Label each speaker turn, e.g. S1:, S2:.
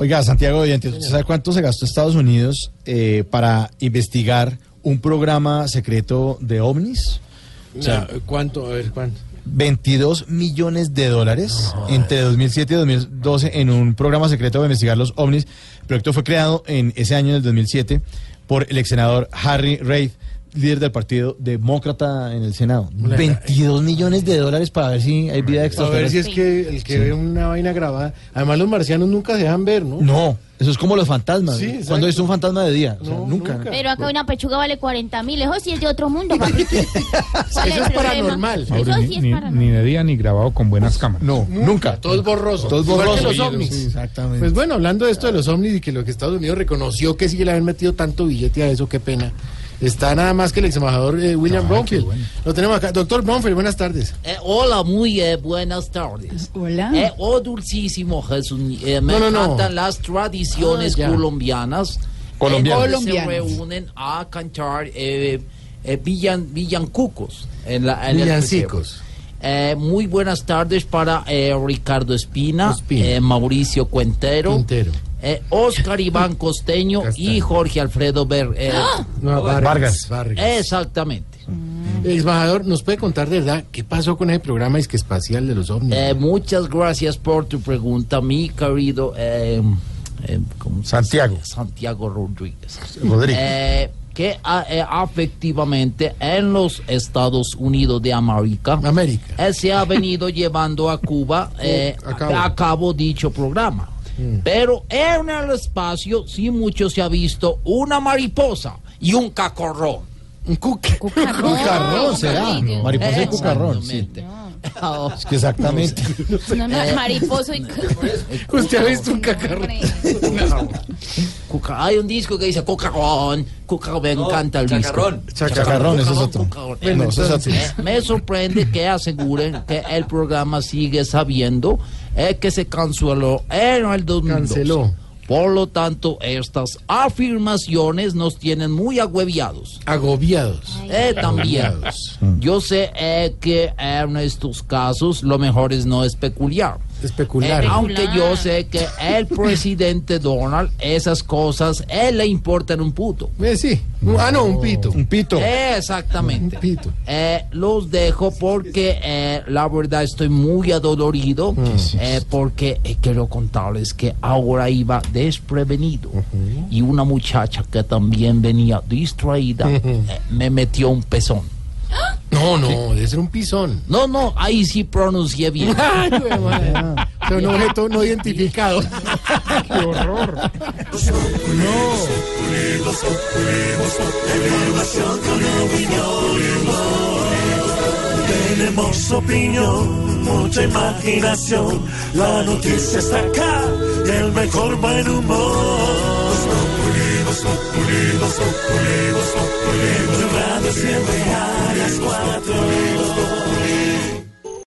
S1: Oiga, Santiago de Oyentes, ¿usted sabe cuánto se gastó Estados Unidos eh, para investigar un programa secreto de ovnis?
S2: O sea, ¿Cuánto? A ver, ¿cuánto?
S1: 22 millones de dólares entre 2007 y 2012 en un programa secreto para investigar los ovnis. El proyecto fue creado en ese año, del 2007, por el ex senador Harry Reid, líder del Partido Demócrata en el Senado. 22 millones de dólares para ver si hay vida
S2: A ver si
S1: extraterrestre.
S2: es que el que ve una vaina grabada. Además, los marcianos nunca se dejan ver, ¿no?
S1: No, eso es como los fantasmas.
S2: Sí,
S1: ¿no?
S2: exacto.
S1: Cuando es un fantasma de día, o sea,
S2: No,
S1: nunca.
S2: nunca.
S3: Pero acá una pechuga vale 40 mil. Eso sí es de otro mundo, papito. ¿Cuál
S2: Eso
S3: el
S2: es
S3: problema?
S2: paranormal.
S3: Eso
S4: Mauro, ni,
S3: sí es
S4: ni-
S3: paranormal.
S4: ni de día ni grabado con buenas cámaras.
S1: No, nunca.
S2: Todo es borroso.
S1: Todo es
S2: Igual que
S1: borroso.
S2: los ovnis.
S1: Sí, exactamente.
S2: Pues bueno, hablando de esto de los ovnis y que lo que Estados Unidos reconoció que sí le habían metido tanto billete a eso, qué pena. Está nada más que el ex embajador eh, William Bromfield. Lo tenemos acá. Doctor Bromfield, buenas tardes.
S5: Eh, hola, muy eh, buenas tardes.
S6: Hola.
S5: Eh, oh, dulcísimo Jesús. eh, me
S2: No, no, no.
S5: encantan las tradiciones
S2: Ah, ya.
S5: colombianas.
S4: Colombianas.
S5: en donde
S6: Colombianas.
S5: Se reúnen a cantar eh, eh, villan- villancicos en la- en el
S2: Villancicos.
S5: pesebre. Eh, muy buenas tardes para eh, Ricardo Espina,
S2: Espina.
S5: eh, Mauricio Cuentero,
S2: Quintero.
S5: eh, Oscar Iván Costeño y
S2: Castaño.
S5: Jorge Alfredo Ber. eh,
S2: No,
S4: Vargas.
S5: Exactamente.
S2: Ex embajador, ¿nos puede contar de verdad qué pasó con ese programa es que espacial de los ovnis?
S5: Eh, muchas gracias por tu pregunta, mi querido eh, eh, ¿cómo se
S4: Santiago.
S5: dice? Santiago Rodríguez.
S4: Rodríguez.
S5: Eh, que ah, eh, efectivamente en los Estados Unidos de América
S2: América.
S5: eh, se ha venido llevando a Cuba
S1: Oh,
S5: eh,
S2: a
S5: a,
S2: cabo.
S5: cabo. dicho programa.
S1: Mm.
S5: Pero en el espacio sí mucho se ha visto una mariposa y un cacorrón.
S2: Un cuque.
S3: Cucarrón.
S1: Cucarrón Ah, será.
S3: Rodríguez.
S1: Mariposa y
S5: Eh,
S1: cucarrón. sí.
S5: exactamente.
S1: Es que exactamente.
S3: No, no, mariposo y...
S2: ¿Usted ha visto un cacarrón?
S5: Cuca- hay un disco que dice Cucarón, Cucarón, me encanta el disco.
S1: Chacarrón, ese es otro.
S5: Cucarrón.
S1: No, ese es otro.
S5: Eh, me sorprende que aseguren que el programa sigue sabiendo eh, que se canceló en el 2012.
S2: Canceló.
S5: Por lo tanto, estas afirmaciones nos tienen muy agüeviados.
S2: Agobiados.
S5: Eh, también. Yo sé eh, que en estos casos lo mejor es no especular.
S2: Especular.
S5: Eh, aunque yo sé que el presidente Donald, esas cosas, él le importan un puto.
S2: Eh, sí. Ah, no, un pito.
S1: Un
S5: Eh,
S1: pito.
S5: Exactamente.
S2: Un pito.
S5: Eh, los dejo porque eh, la verdad estoy muy adolorido eh, porque eh, quiero contarles que ahora iba desprevenido y una muchacha que también venía distraída eh, me metió un pezón.
S2: No, no, debe ser un pisón.
S5: No, no, ahí sí pronuncié bien.
S2: O sea, un objeto no identificado.
S7: Tenemos opinión, mucha imaginación. La noticia está acá y el mejor buen humor. Los populidos, populidos, populidos, populidos. En tu radio siempre a las cuatro.